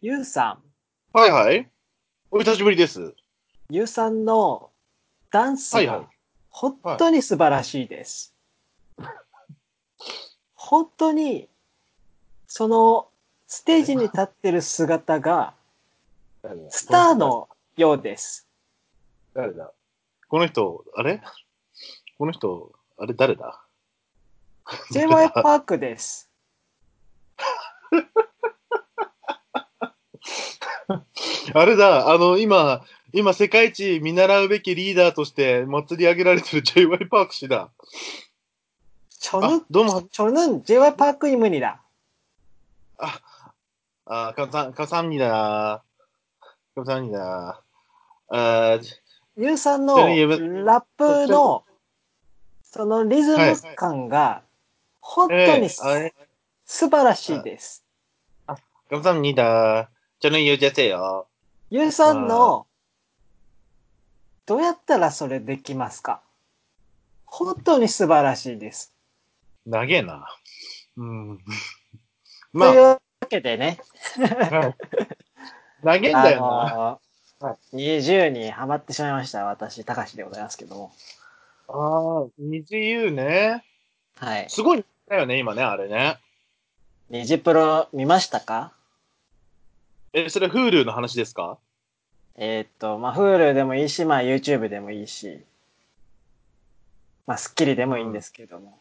ゆうさはいはい。お久しぶりです。ん、ゆうさんのダンスはいはいが本当に素晴らしいです。本当に、そのステージに立ってる姿がスターのようです。誰だこの人、あれこの人、あれ誰だ j y パークです。あれだ、あの、今、今、世界一見習うべきリーダーとして祭り上げられてる j y パーク氏だ。ちょぬあん、、どうも、ちょぬん、j y パークに無理だ。あ、かさん、かさんにだ。かさんにだ。あーゆうさんのちラなみにップの、そのリズム感が、本当えにー、あれ素晴らしいです。かさんにだ。저는유재세요。ゆうさんの、どうやったらそれできますか本当に素晴らしいです。長えな。うん。まというあ、わけでね、長えんだよな。あの20にハマってしまいました。私、高しでございますけども。ああ、二次優ね。はい。すごいだよね、今ね、あれね。 20プロ見ましたかえ、それ、Hulu の話ですかえーっと、まあ、Hulu でもいいし、まあ、YouTube でもいいし、まあ、スッキリでもいいんですけども。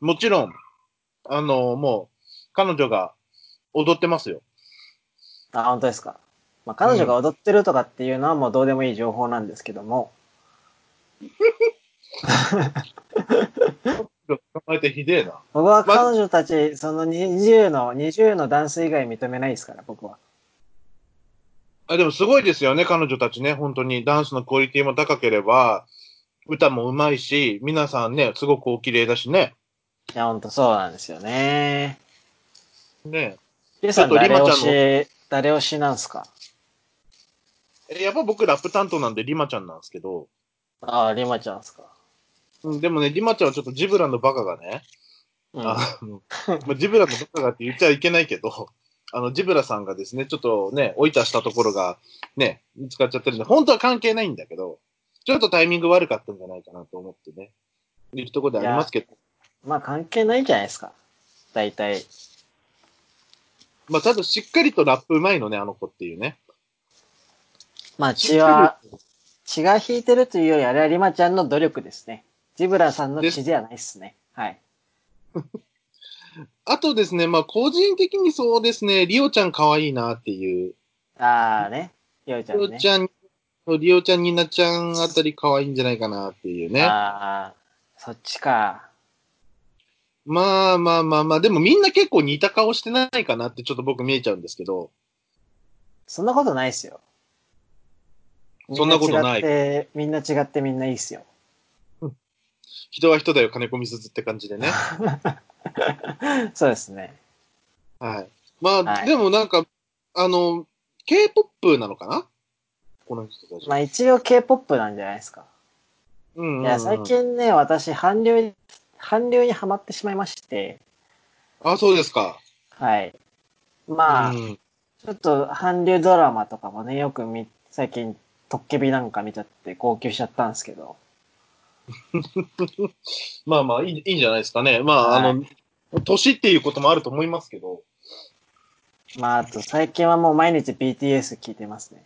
もちろん、あの、もう、彼女が踊ってますよ。あ、本当ですか。まあ、彼女が踊ってるとかっていうのはもうどうでもいい情報なんですけども。捕まえてひでえな。僕は彼女たち、その20の、20のダンス以外認めないですから、僕は。あでもすごいですよね、彼女たちね、本当に。ダンスのクオリティも高ければ、歌もうまいし、皆さんね、すごくお綺麗だしね。いや、ほんとそうなんですよね。ねゆうさん、ちょっとリ誰マちゃんの推し、誰推しなんすかえやっぱ僕ラップ担当なんで、リマちゃんなんですけど、ああ、リマちゃんですか。うんでもね、リマちゃんはちょっとジブラのバカがね、うん。はあの、まあ、ジブラのバカがって言っちゃいけないけど、あの、ジブラさんがですね、ちょっとね、老いたしたところが、ね、見つかっちゃってるんで、本当は関係ないんだけど、ちょっとタイミング悪かったんじゃないかなと思ってね、言うところでありますけど、まあ、関係ないんじゃないですか。大体。まあ、ただしっかりとラップうまいのね、あの子っていうね。まあ、血は、血が引いてるというより、あれはリマちゃんの努力ですね。ジブラさんの血ではないっすね。はい。あとですね、まあ、個人的にそうですね、リオちゃん可愛いなっていう。ああね。ヨウちゃリオんね。ちゃん、リオちゃん、ニナちゃんあたり可愛いんじゃないかなっていうね。ああ、そっちか。まあまあまあまあ、でもみんな結構似た顔してないかなってちょっと僕見えちゃうんですけど。そんなことないっすよ。そんなことなみん違っいてみんな違ってみんないいっすよ。人は人だよ、金子みすずって感じでね。そうですね。はい。まあ、はいでもなんか、あの、K-POP なのかなこの人たち。まあ一応 K-POP なんじゃないですか。うんうんうんいや、最。近ね、私、韓流に、韓流にハマってしまいまして、あ、そうですか。はい。まあ、うん、 ちょっと韓流ドラマとかもね、よく見、最近、トッケビなんか見ちゃって、号泣しちゃったんですけど。まあまあいい、いいんじゃないですかね。まあ、あの、年っていうこともあると思いますけど、まあ、あと最近はもう毎日 BTS 聞いてますね。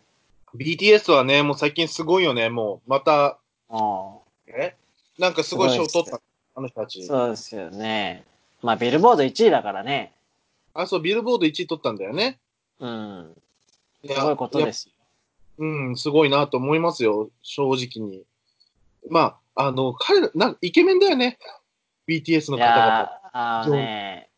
BTS はね、もう最近すごいよね。もう、また、もえなんかすごい賞取った、あの人たう、ち。そうですよね。まあ、ビルボード1位だからね。あ、そう、ビルボード1位取ったんだよね。うん。いすやごいことですよ。うん、すごいなと思いますよ、正直に。まあ、あの、彼ら、なんイケメンだよね。BTS のい方々。やー、あのね、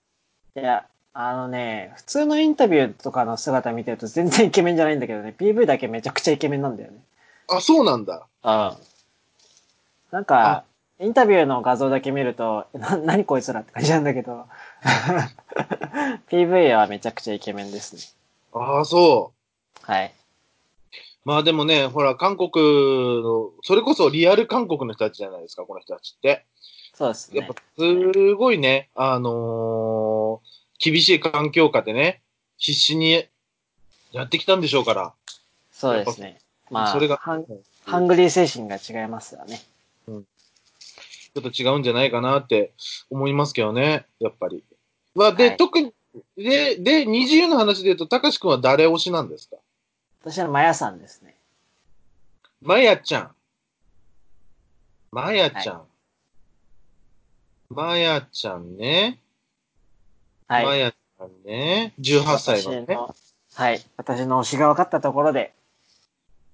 いや、あのね、普通のインタビューとかの姿見てると全然イケメンじゃないんだけどね、PV だけめちゃくちゃイケメンなんだよね。あ、そうなんだ。うん。なんか、インタビューの画像だけ見ると、な、何こいつらって感じなんだけど、PV はめちゃくちゃイケメンですね。ああ、そはい。う。まあでもね、ほら、韓国の、それこそリアル韓国の人たちじゃないですか、この人たちって。そうですやっねぱ。、すごいね、あのー厳しい環境下でね、必死にやってきたんでしょうから。そうですね。まあ、それが、ハンちょハングリー精神が違いますよね。っと違うんじゃないかなって思いますけどね、やっぱり。まあ、で、はい特に、で、で、二次の話で言うと、たかしくんは誰推しなんですか私はマヤさんですね。まやちゃん。まやちゃん。まやちゃんね。はい。まやちゃんね。18歳私のね。のはい。私の推しが分かったところで、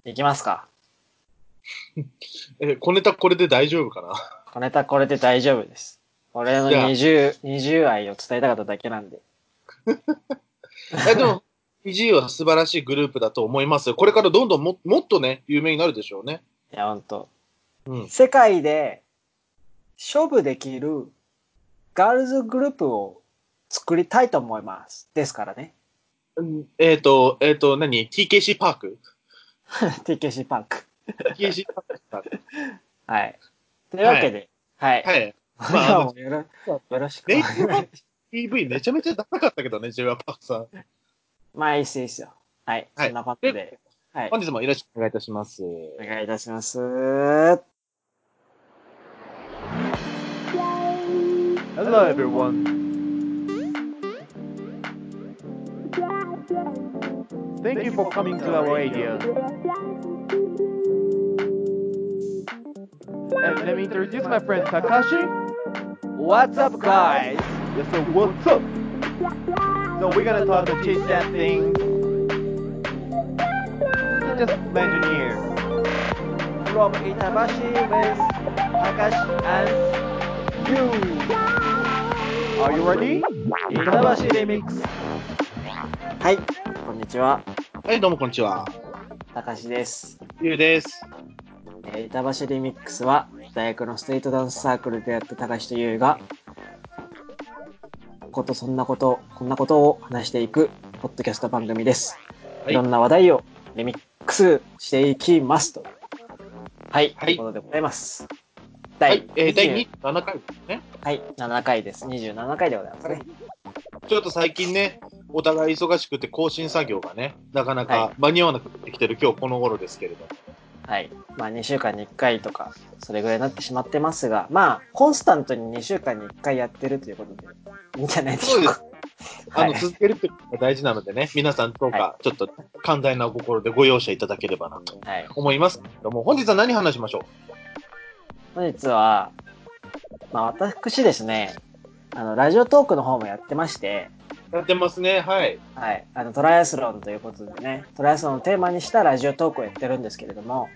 いきますか。え、小ネタこれで大丈夫 かなこのネタこれで大丈夫です。俺のじゃあ20、20愛を伝えたかっただけなんで。え、でも、g は素晴らしいグループだと思いますよ。これからどんどんももっとね、有名になるでしょうね。いや、ほんと。うん。世界で、勝負できるガールズグループを作りたいと思います。ですからね。 うんえっ、と、えっ、と、何 ?TKC パーク TKC パンク。 ?TKC パークだったはい。というわけで、はい。 はい。これはもまうよろよろしくおレ願イいしプパまーすク。PV めちゃめちゃダサかったけどね、j ワパークさん。まあ、いいっす、いいっすよ。はい。はいそんなことで。はい。本日もよろしくお願いいたします。お願いいたします。は Hello everyone. Thank you for coming to our radio. And let me introduce my friend Takashi. What's up, guys? Yes, so what's up? So we're gonna talk and chit chat things. Just imagine here. From Itabashi with Takashi and you. Are you ready? Itabashi Remix. い。こんにちは。はい、どうもこんにちは。たかしです。ゆうです。えー、板橋リミックスは、大学のストリートダンスサークルでやったたかしとゆうが、こと、そんなこと、こんなことを話していく、ポッドキャスト番組です。はいい、ろんな話題をリミックスしていきますと。はい。はいということでございます。はい、えー、第20 27回ですね。はい、7回です。27回でございますね。ちょっと最近ね、お互い忙しくて更新作業がね、なかなはか間に合わなくてきてる今日この頃ですけれども。はい。まあ2週間に1回とか、それぐらいになってしまってますが、まあ、コンスタントに2週間に1回やってるということで、いいんじゃないでしょうか。はあいの、。続けるってことが大事なのでね、皆さんどうか、ちょっと寛大なお心でご容赦いただければなと はい。思いますけども、本日は何話しましょ本日は、まあ私ですね、あの、ラジオトークの方もやってまして、うやってますね、はい。はい。あの、トライアスロンということでね、トライアスロンをテーマにしたラジオトークをやってるんですけれども、はい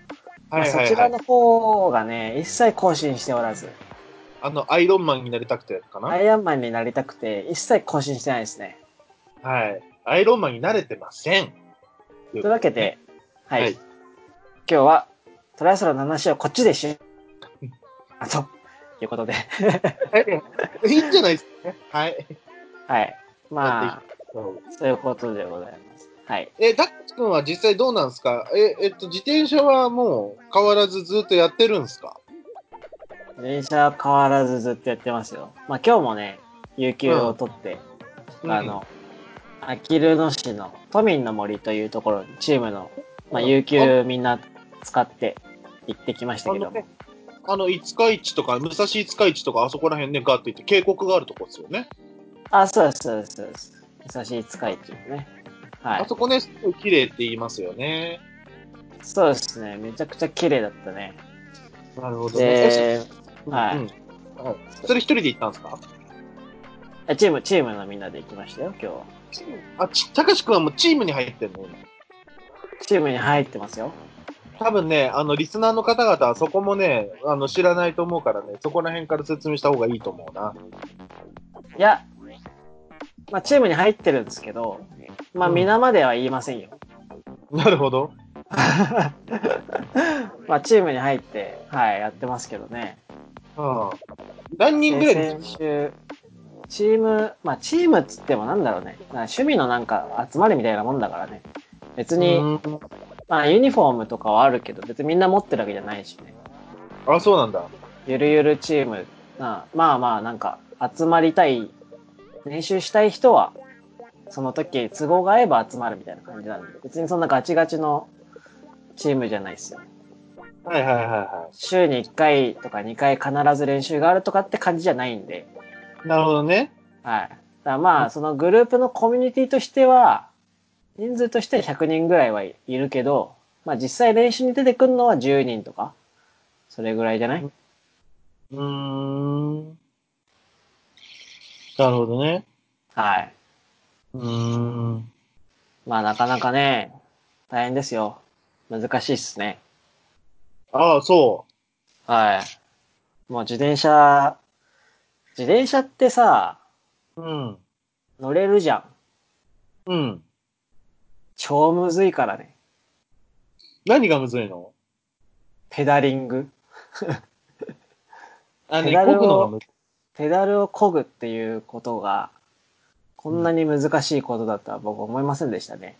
まあはそいちはらい。の方がね、一切更新しておらず、あの、アイロンマンになりたくてかな、はアい、イアンマンになりたくて、一切更新してないですね。アイロンマンになれてません。といというわけで、はい。はい今日は、トライアスロンの話をこっちでし、あと、いうことで、 はいいいんじゃないですかね。はい。はい。やまっあ、そういうことでございます。はい。え、ダックス君は実際どうなんですかえ、えっと、自転車はもう変わらずずっとやってるんですか電車は変わらずずっとやってますよ。まあ今日もね、有給を取って、うんあの、あきる野市の都民の森というところにチームの、まあうん有給みんな使って行ってきましたあけのどねも。、あの、五日市とか、武蔵五日市とか、あそこら辺ね、ガーって言って渓谷があるとこですよね。あ、そうです、そうです、そうです。優しい使いっていうね。はいあ。そこね、すごい綺麗って言いますよね。そうですね。めちゃくちゃ綺麗だったね。なるほどね。で、はいうんはいそれ一人で行ったんですかえチーム、チームのみんなで行きましたよ、今日は。あ、ち、たかしくんはもうチームに入ってんの今チームに入ってますよ。多分ね、あの、リスナーの方々はそこもね、あの、知らないと思うからね、そこら辺から説明した方がいいと思うな。いや、まあ、チームに入ってるんですけど、まあ、うん皆までは言いませんよ。なるほど。まあ、チームに入って、はい、やってますけどね。うん。何人ぐらいで先週、チーム、まあ、チームっつってもなんだろうね。まあ趣味のなんか集まりみたいなもんだからね。別に、うんまあ、ユニフォームとかはあるけど、別にみんな持ってるわけじゃないしね。あ、そうなんだ。ゆるゆるチーム、なまあまあ、なんか、集まりたい、練習したい人は、その時都合が合えば集まるみたいな感じなんで、別にそんなガチガチのチームじゃないですよ。はいはいはいは週に1回とか2回必ず練習があるとかって感じじゃないんで、い。なるほどね。はい。だからまあ、そのグループのコミュニティとしては、人数としては100人ぐらいはいるけど、まあ実際練習に出てくるのは10人とか、それぐらいじゃない、うーん。なるほどね。はい。うーん。まあなかなかね、大変ですよ。難しいっすね。ああ、そはい。もう自転車、自転車ってさ、う。うん。乗れるじゃん。うん。超むずいからね。何がむずいのペダリング。あ、ね、ペダルをこぐのがむずい。ペダルを漕ぐっていうことが、こんなに難しいことだとは僕思いませんでしたね。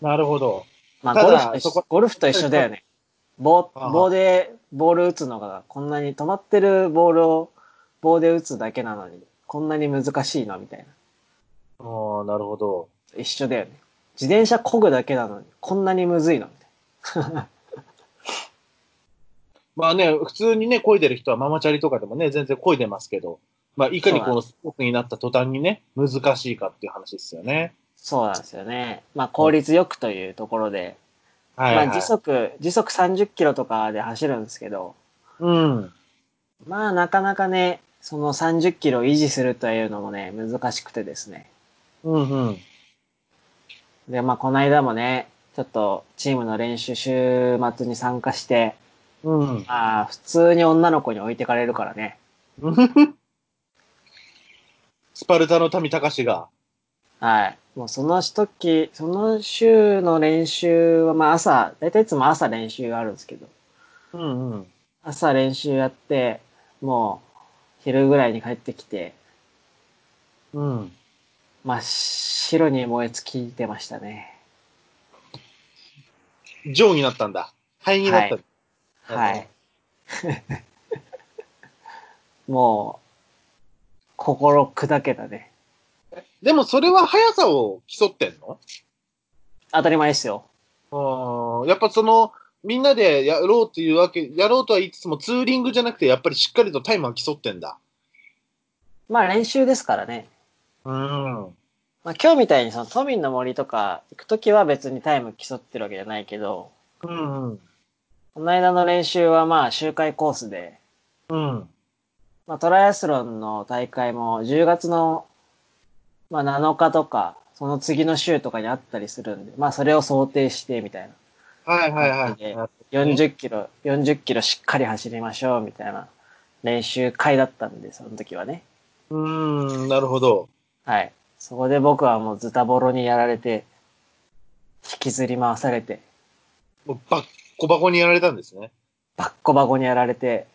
なるほど。まあたゴだルフと一そ緒こ、ゴルフと一緒だよね。棒、ああ棒で、ボール打つのが、こんなに止まってるボールを棒で打つだけなのに、こんなに難しいのみたいな。ああ、なるほど。一緒だよね。自転車漕ぐだけなのに、こんなにむずいのみたいな。まあね、普通にね、漕いでる人はママチャリとかでもね、全然漕いでますけど、まあ、いかにこのスポーツになった途端にね、難しいかっていう話ですよね。そうなんですよね。まあ効率よくというところで、はい、はい。まあ時速、時速30キロとかで走るんですけど、うん。まあなかなかね、その30キロを維持するというのもね、難しくてですね。うんうん。で、まあこの間もね、ちょっとチームの練習週末に参加して、うん。まあ普通に女の子に置いてかれるからね。スパルタの民隆史が。はい。もうその時、その週の練習はまあ朝、だいたいいつも朝練習があるんですけど、うんうん。朝練習やって、もう昼ぐらいに帰ってきて、うん。真っ白に燃え尽きてましたね。ジョーになったんだ。灰になった。はい はい。もう、心砕けたね。でもそれは速さを競ってんの当たり前ですよ。あーやっぱその、みんなでやろうっていうわけ、やろうとは言いつつもツーリングじゃなくて、やっぱりしっかりとタイムは競ってんだ。まあ練習ですからね。うん。まあ今日みたいにその都民の森とか行くときは別にタイム競ってるわけじゃないけど、うんうん。この間の練習はまあ周回コースで、うん。まあトライアスロンの大会も10月の、まあ、7日とか、その次の週とかにあったりするんで、まあそれを想定してみたいな。はいはいはいは40キロ、40キロしっかり走りましょうみたいな練習会だったんで、その時はね。い。うん、なるほど。はい。そこで僕はもうズタボロにやられて、引きずり回されて、もうバッコバコにやられたんですね。バッコバコにやられて、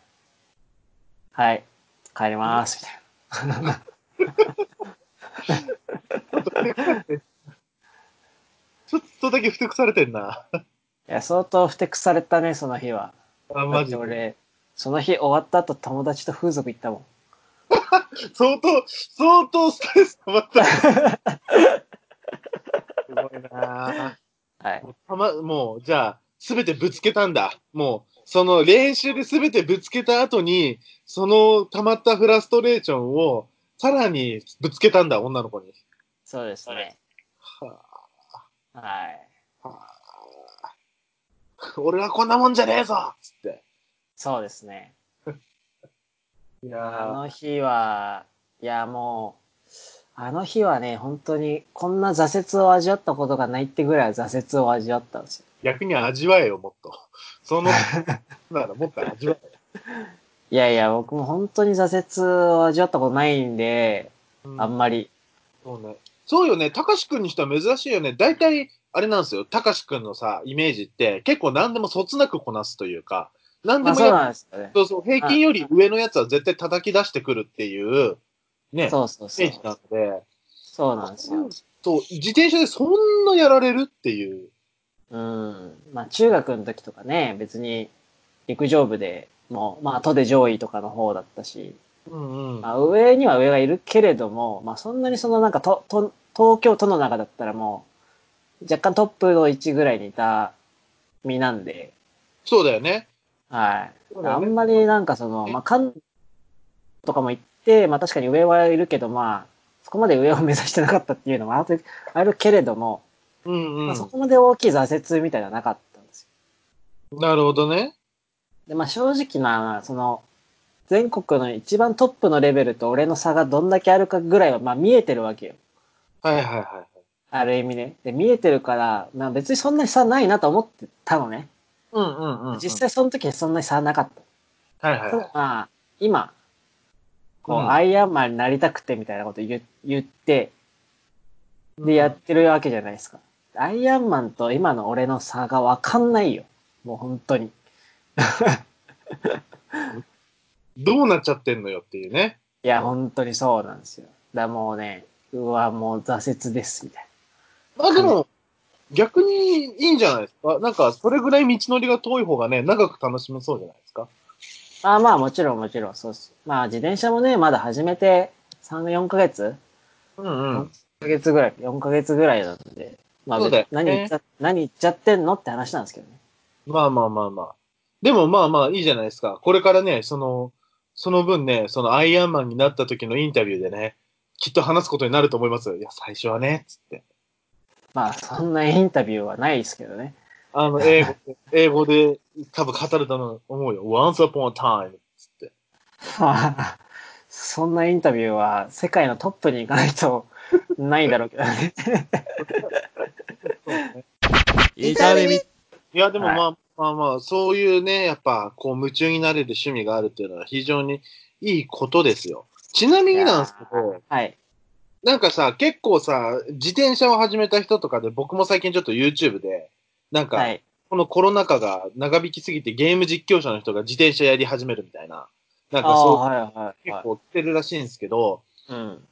はい、帰ります、みたいな。ちょっとだけふてくされてんな。いや、相当ふてくされたね、その日は。あ、マジだってで。俺、その日終わった後友達と風俗行ったもん。相当、相当ストレス溜まった。すごいなはい。もうたま、もう、じゃあ、すべてぶつけたんだ。もう、その練習ですべてぶつけた後に、その溜まったフラストレーションを、さらにぶつけたんだ、女の子に。そうですね。ははい。あはあ俺はこんなもんじゃねえぞつって。そうですね。いあやの日は、いや、もう、あの日はね、本当に、こんな挫折を味わったことがないってぐらい挫折を味わったんですよ。逆に味わえよ、もっと。その、ならもっと味わえよ。いやいや、僕も本当に挫折を味わったことないんで、うんあんまり。そうね。そうよね。たかしくんにしては珍しいよね。大体、あれなんですよ。たかしくんのさ、イメージって、結構何でもそつなくこなすというか、何まあでもそうやっなんですよね。そうそう、平均より上のやつは絶対叩き出してくるっていう、ね、そうそうイそメうージ。なので、そうなんですよ。そう、自転車でそんなやられるっていう。うん。まあ中学の時とかね、別に陸上部でもう、まあ都で上位とかの方だったし、うんうん。まあ上には上がいるけれども、まあそんなにそのなんか都、都、東京都の中だったらもう、若干トップの位置ぐらいにいた身なんで、そうだよね。はい。そうだあよねんまりなんかその、まあ、関東とかも行って、まあ確かに上はいるけど、まあ、そこまで上を目指してなかったっていうのもあるあるけれども、うんうまんあ、そ。こまで大きい挫折みたいなのはなかったんですよ。なるほどね。で、まあ正直な、その、全国の一番トップのレベルと俺の差がどんだけあるかぐらいは、まあ見えてるわけよ。はいはいはある意味ね。で、見えてるから、まあ別にそんなに差ないなと思ってたのね。い。うんうんうんうん。実際その時そんなに差なかった。はいはいはい。まあ、今、こう、うんアイアンマンになりたくてみたいなこと言う言って、で、やってるわけじゃないですか。アイアンマンと今の俺の差がわかんないよ。もう本当に。どうなっちゃってんのよっていうね。いや、本当にそうなんですよ。だからもうね、うわ、もう挫折です、みたいまあでも、逆にいいんじゃないですか。なんか、それぐらい道のりが遠い方がね、長く楽しめそうじゃないですか。な。あまあ、もちろんもちろん、そうっす。まあ、自転車もね、まだ始めて3、4ヶ月うんうん。 1ヶ月ぐらい、4ヶ月ぐらいなので、まあ、そうだよね何言っちゃ、何言っちゃってんのって話なんですけどね。まあまあまあまあ。でもまあまあいいじゃないですか。これからね、その、その分ね、そのアイアンマンになった時のインタビューでね、きっと話すことになると思いますよ。いや、最初はね、つって。まあ、そんなインタビューはないですけどね。 あの、英語で、英語で多分語ると思うよ。once upon a time, つって。そんなインタビューは世界のトップに行かない とないだろうけどね。 痛みみいや、でもはいまあ、まあまあ、そういうね、やっぱ、こう、夢中になれる趣味があるっていうのは非常にいいことですよ。ちなみになんですけど、はい。なんかさ、結構さ、自転車を始めた人とかで、僕も最近ちょっと YouTube で、なんか、はい。このコロナ禍が長引きすぎてゲーム実況者の人が自転車やり始めるみたいな、なんかあそう、あー、はいはい結は構来てるらしいんですけど、い。うん。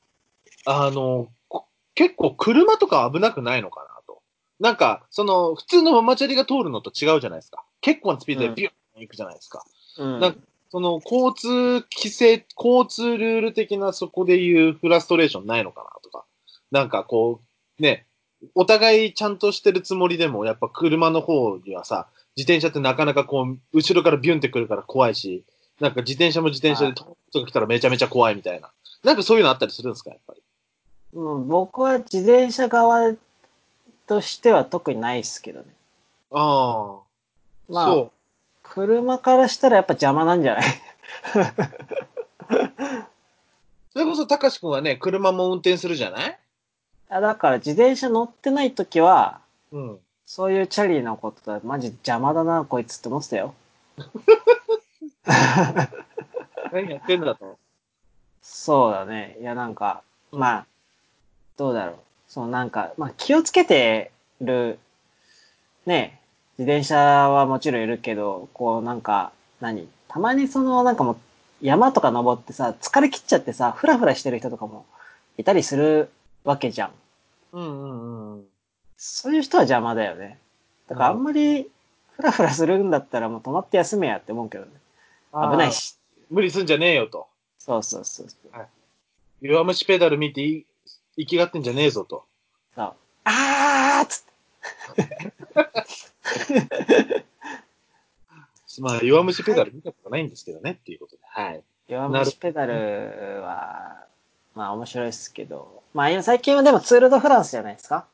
あの、こ結構車とか危なくないのかなと。なんか、その、普通のママチャリが通るのと違うじゃないですか。結構なスピードでビューン行くじゃないですか。うん。なんかその、交通規制、交通ルール的なそこでいうフラストレーションないのかなとか。なんかこう、ね、お互いちゃんとしてるつもりでも、やっぱ車の方にはさ、自転車ってなかなかこう、後ろからビュンってくるから怖いし、なんか自転車も自転車はで、いとか来たらめちゃめちゃ怖いみたいな。なんかそういうのあったりするんですか、やっぱり。うん、僕は自転車側としては特にないですけどね。ああ。まあそう。車からしたらやっぱ邪魔なんじゃない それこそ、たかしくんはね、車も運転するじゃないあだから自転車乗ってない時は、うん。そういうチャリのことはマジ邪魔だな、こいつって思ってたよ。何やってんだと。そうだね。いや、なんか、まあ、どうだろう。そのなんか、まあ気をつけてる、ね、自転車はもちろんいるけど、こうなんか、何たまにそのなんかもう山とか登ってさ、疲れ切っちゃってさ、フラフラしてる人とかもいたりするわけじゃん。うんうんうん。そういう人は邪魔だよね。だからあんまり、フラフラするんだったらもう止まって休めやって思うけどね。危ない。し。無理すんじゃねえよと。そうそうそうそう。弱虫ペダル見てい、行きがってんじゃねえぞと。そうあーっつって。まあ、弱虫ペダル見たことないんですけどね、っていうことで。はい。弱虫ペダルは、まあ面白いですけど。まあ今最近はでもツールドフランスじゃないですか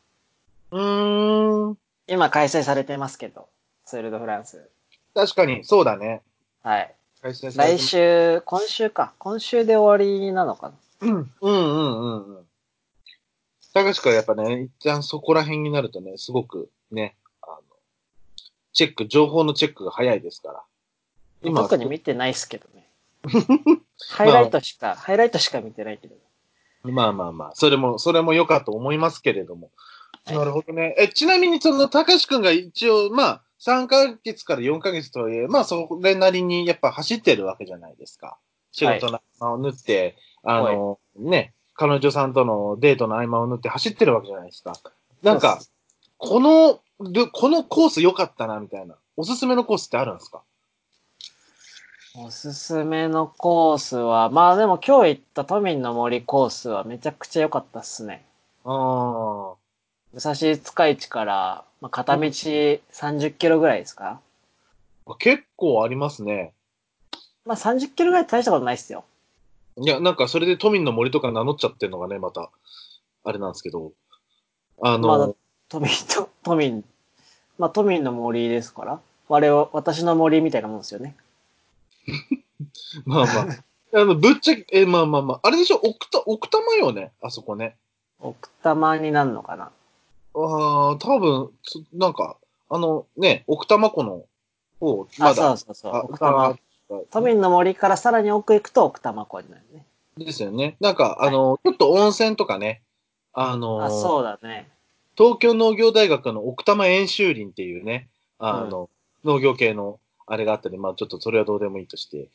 うーん。今開催されてますけど、ツールドフランス。確かに、そうだね。はい。来週来。週、今週か。今週で終わりなのかなうんうんうんうん。たかしくはやっぱね、一旦そこら辺になるとね、すごくね、あの、チェック、情報のチェックが早いですから。今特に見てないっすけど ね。ハイライトしか、ハイライトしか見てないけど。まあまあまあ、それも、それも良かと思いますけれども。はいなるほどね。え、ちなみに、その、たかしくんが一応、まあ、3ヶ月から4ヶ月とはいえ、まあ、それなりに、やっぱ走ってるわけじゃないですか。仕事の合間を縫って、あの、ね、彼女さんとのデートの合間を縫って走ってるわけじゃないですか。なそんうかっす、この、でこのコース良かったな、みたいな。おすすめのコースってあるんですかおすすめのコースは、まあでも今日行った都民の森コースはめちゃくちゃ良かったっすね。あ武蔵塚市から、まあ、片道30キロぐらいですか、あ。結構ありますね。まあ30キロぐらいって大したことないっすよ。いや、なんかそれで都民の森とか名乗っちゃってるのがね、また、あれなんですけど。あの、まあだ、都民と、都民、まあ都民の森ですから、我々、私の森みたいなもんですよね。まあま あ。あの、ぶっちゃけ、え、まあまあまあ。あれでしょ、奥多、奥多摩よね、あそこね。奥多摩になるのかなああ、多分、つなんか、あのね、奥多摩湖の方、まあ、そだう、そうそう。あ奥多摩。都民の森からさらに奥行くと奥多摩湖になるね。ですよね。なんか、あの、ちょっと温泉とかね、あの、あ、そうだね。東京農業大学の奥多摩演習林っていうね、あの、農業系のあれがあったり、まあちょっとそれはどうでもいいとして。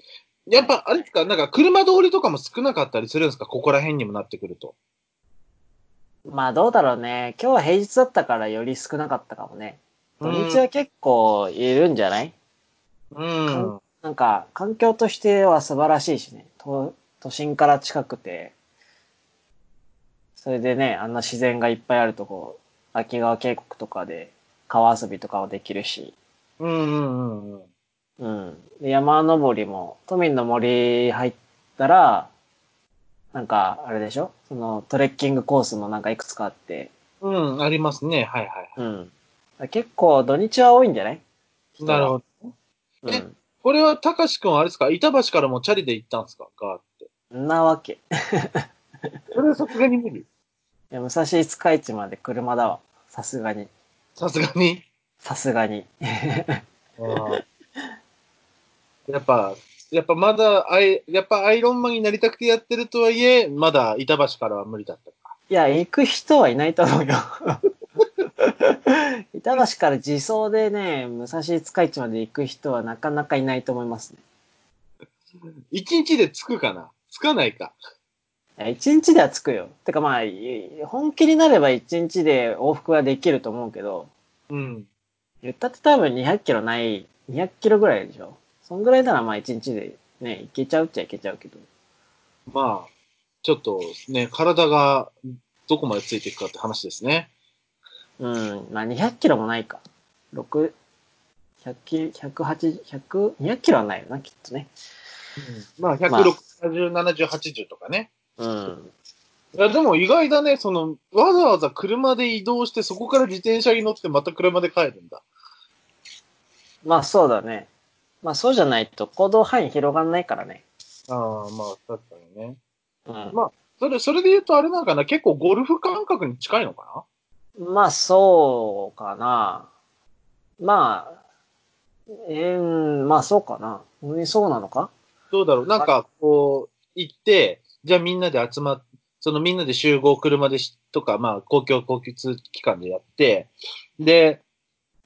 やっぱ、あれですか、なんか車通りとかも少なかったりするんですかここら辺にもなってくると。まあどうだろうね。今日は平日だったからより少なかったかもね。土日は結構いるんじゃない、うん。なんか、環境としては素晴らしいしね。都都心から近くて、それでね、あんな自然がいっぱいあるとこ、秋川渓谷とかで川遊びとかもできるし、うんうんうんうん。うん。で山登りも、都民の森入ったら、なんか、あれでしょそのトレッキングコースもなんかいくつかあって、うん、ありますね。はいはいはうん。結構土日は多いんじゃないい。なるほど。うえん。これは、たかしくんはあれですか板橋からもチャリで行ったんですかガーって。んなわけ。いそれはさすがに無理。や武蔵塚市まで車だわ。さすがに。さすがに。さすがに。やっぱ、やっぱまだアイ、やっぱアイロンマンになりたくてやってるとはいえ、まだ板橋からは無理だったか。いや、行く人はいないと思うよ。 板橋から自走でね、武蔵塚市まで行く人はなかなかいないと思いますね。一日で着くかな着かないか。いや一日では着くよ。てかまあ、い本気になれば一日で往復はできると思うけど、うん。言ったって多分200キロない、200キロぐらいでしょ。そんぐらいならまあ一日でね、行けちゃうっちゃ行けちゃうけど。まあ、ちょっとね、体がどこまでついていくかって話ですね。うん、まあ200キロもないか。6、100キロ、180、100、200キロはないよな、きっとね。まあ、まあ160、70、80とかね。うん。いや、でも意外だね。その、わざわざ車で移動して、そこから自転車に乗って、また車で帰るんだ。まあそうだね。まあそうじゃないと行動範囲広がんないからね。ああ、まあ、確かにね。うん。まそれ、それで言うとあれなのかな結構ゴルフ感覚に近いのかまあそうかな。まあ、えーん、まあそうかな。うんそうなのかなどうだろうなんか、こう、行って、じゃあみんなで集まっ、そのみんなで集合車でし、とか、まあ、公共交通機関でやって、で、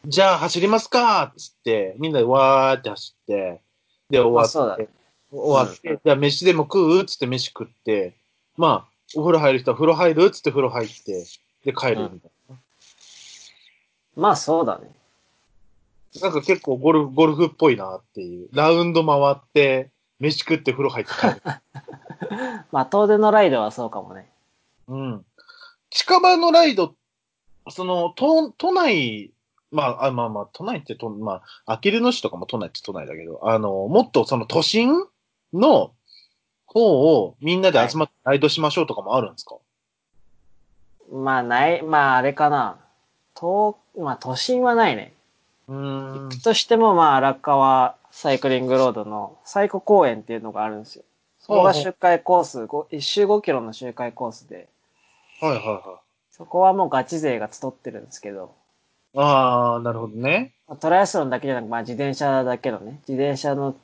じゃあ走りますかっつって、みんなでわーって走って、で、終わまあって、そうだね。終わって、じゃあ飯でも食うっつって飯食って、まあ、お風呂入る人は風呂入るっつって風呂入って、で帰るみたいまあそうだね。な。なんか結構ゴルフ、ゴルフっぽいなっていう。ラウンド回って、飯食って風呂入って 帰る。まあ遠出のライドはそうかもね。うん。近場のライド、その、都、都内、まあ、あまあまあ、都内って都、まあ、あきる野市とかも都内って都内だけど、あの、もっとその都心の方をみんなで集まってライドしましょうとかもあるんですか、まあない、まああれかな。と、まあ都心はないね。うーん。としてもまあ荒川サイクリングロードのサイコ公園っていうのがあるんですよ。そこが周回コース、ご一周5キロの周回コースで、はいはいはい。そこはもうガチ勢が集ってるんですけど、ああ、なるほどね。まあトライアスロンだけじゃなく、まあ、自転車だけのね、自転車の、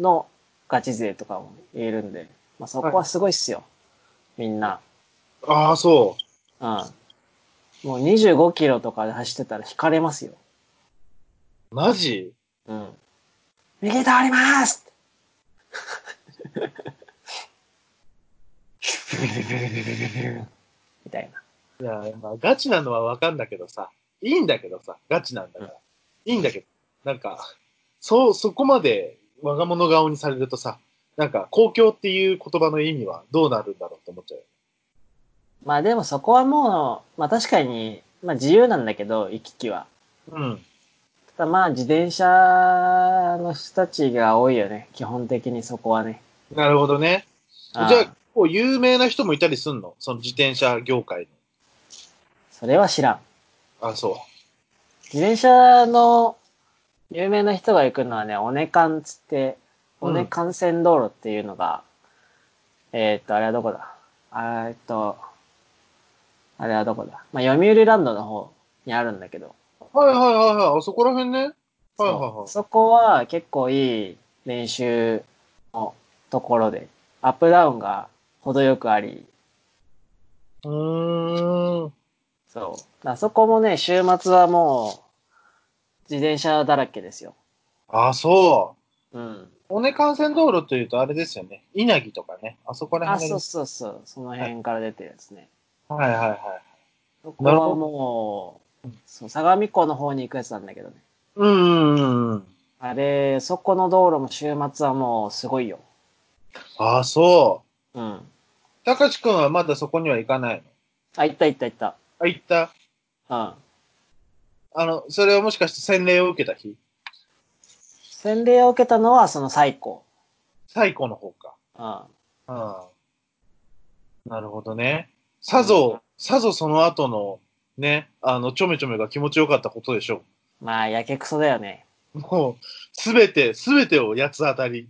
のガチ勢とかも言えるんで、まあ、そこはすごいっすよ。みんな。ああ、そうん。もう25キロとかで走ってたら引かれますよ。う。マジうん。右倒りますみたいな。いや、まあ、ガチなのはわかんだけどさ。いいんだけどさ。ガチなんだから。いいんだけど。なんか、そう、そこまで我が物顔にされるとさ、なんか、公共っていう言葉の意味はどうなるんだろうって思っちゃうよ。まあでもそこはもう、まあ確かに、まあ自由なんだけど、行き来は。うん。ただまあ自転車の人たちが多いよね。基本的にそこはね。なるほどね。じあゃああ、こう有名な人もいたりすんのその自転車業界それは知らん。の。あ、そ自転車の有名な人が行くのはね、尾根間つって、うん尾根幹線道路っていうのが、えーっと、あれはどこだあーえっと、あれはどこだまあ、読売ランドの方にあるんだけど、う。はいはいはいはい。あそこら辺ね。はいはいはそうそこは結構いい練習のところで、アップダウンが程よくあり、い。うーん。そう。あそこもね、週末はもう、自転車だらけですよ。あ、そう。うん。尾根幹線道路というとあれですよね。稲城とかね。あそこらあ、辺がそうそうそう。その辺から出てるやつね。はいはいはい。そこはもう、そう、相模湖の方に行くやつなんだけどね。うんうんうん。あれ、そこの道路も週末はもうすごいよ。あ、そうん。う。たかしくんはまだそこには行かないの。あ、行った行った行っあ、行った。た。うん。あの、それはもしかして洗礼を受けた日洗礼を受けたのはその最高。最古の方か。うん。うん。なるほどね。さぞ、さぞその後の、ね、あの、ちょめちょめが気持ちよかったことでしょまあ、やけくそだよね。う。もう、すべて、すべてを八つ当たり。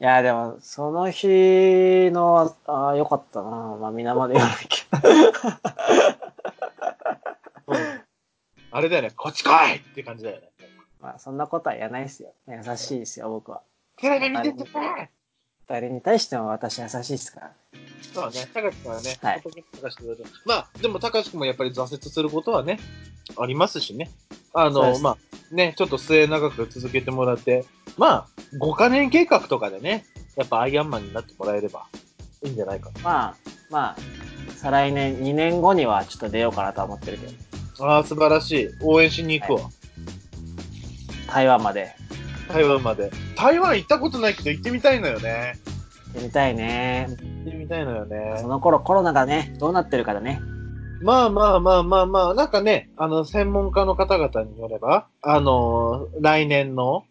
いや、でも、その日の、ああ、よかったな。まあ、皆まで言わなきゃ。あれだよね、こっち来いって感じだよね。まあ、そんなことは言わないですよ。優しいですよ、僕は。テレビ見てて誰に対しても私優しいですから。そうね、高橋君はね、はい高橋君はねまあ、でも高橋君もやっぱり挫折することはね、ありますしね。あそうでの、すまあ、ね、ちょっと末永く続けてもらって、まあ、5カ年計画とかでね、やっぱアイアンマンになってもらえればいいんじゃないかな。まあ、まあ、再来年、2年後にはちょっと出ようかなとは思ってるけど、ああ、素晴らしい。応援しに行くわ。台湾まで台湾まで。台湾行ったことないけど行ってみたいのよね。行ってみたいね。行ってみたいのよねそ。の頃コロナがね、どうなってるかだね。まあまあまあまあまあ、なんかね、あの、専門家の方々によれば、あのー来年の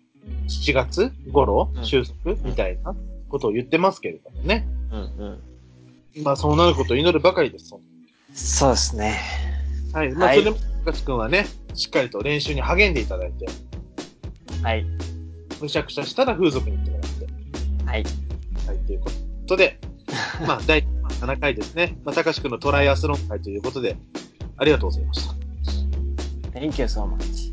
7月頃う、ん収束みたいなことを言ってますけれどもね。うんうん。まあそうなることを祈るばかりです。そうですね。はい。まあはいそれでも、高橋くんはね、しっかりと練習に励んでいただいて、はい。むしゃくしゃしたら風俗に行ってもらって。はい。はい、というこ とで、まあ、第7回ですね。まあ、高志くんのトライアスロン会ということで、ありがとうございました。 Thank you so much.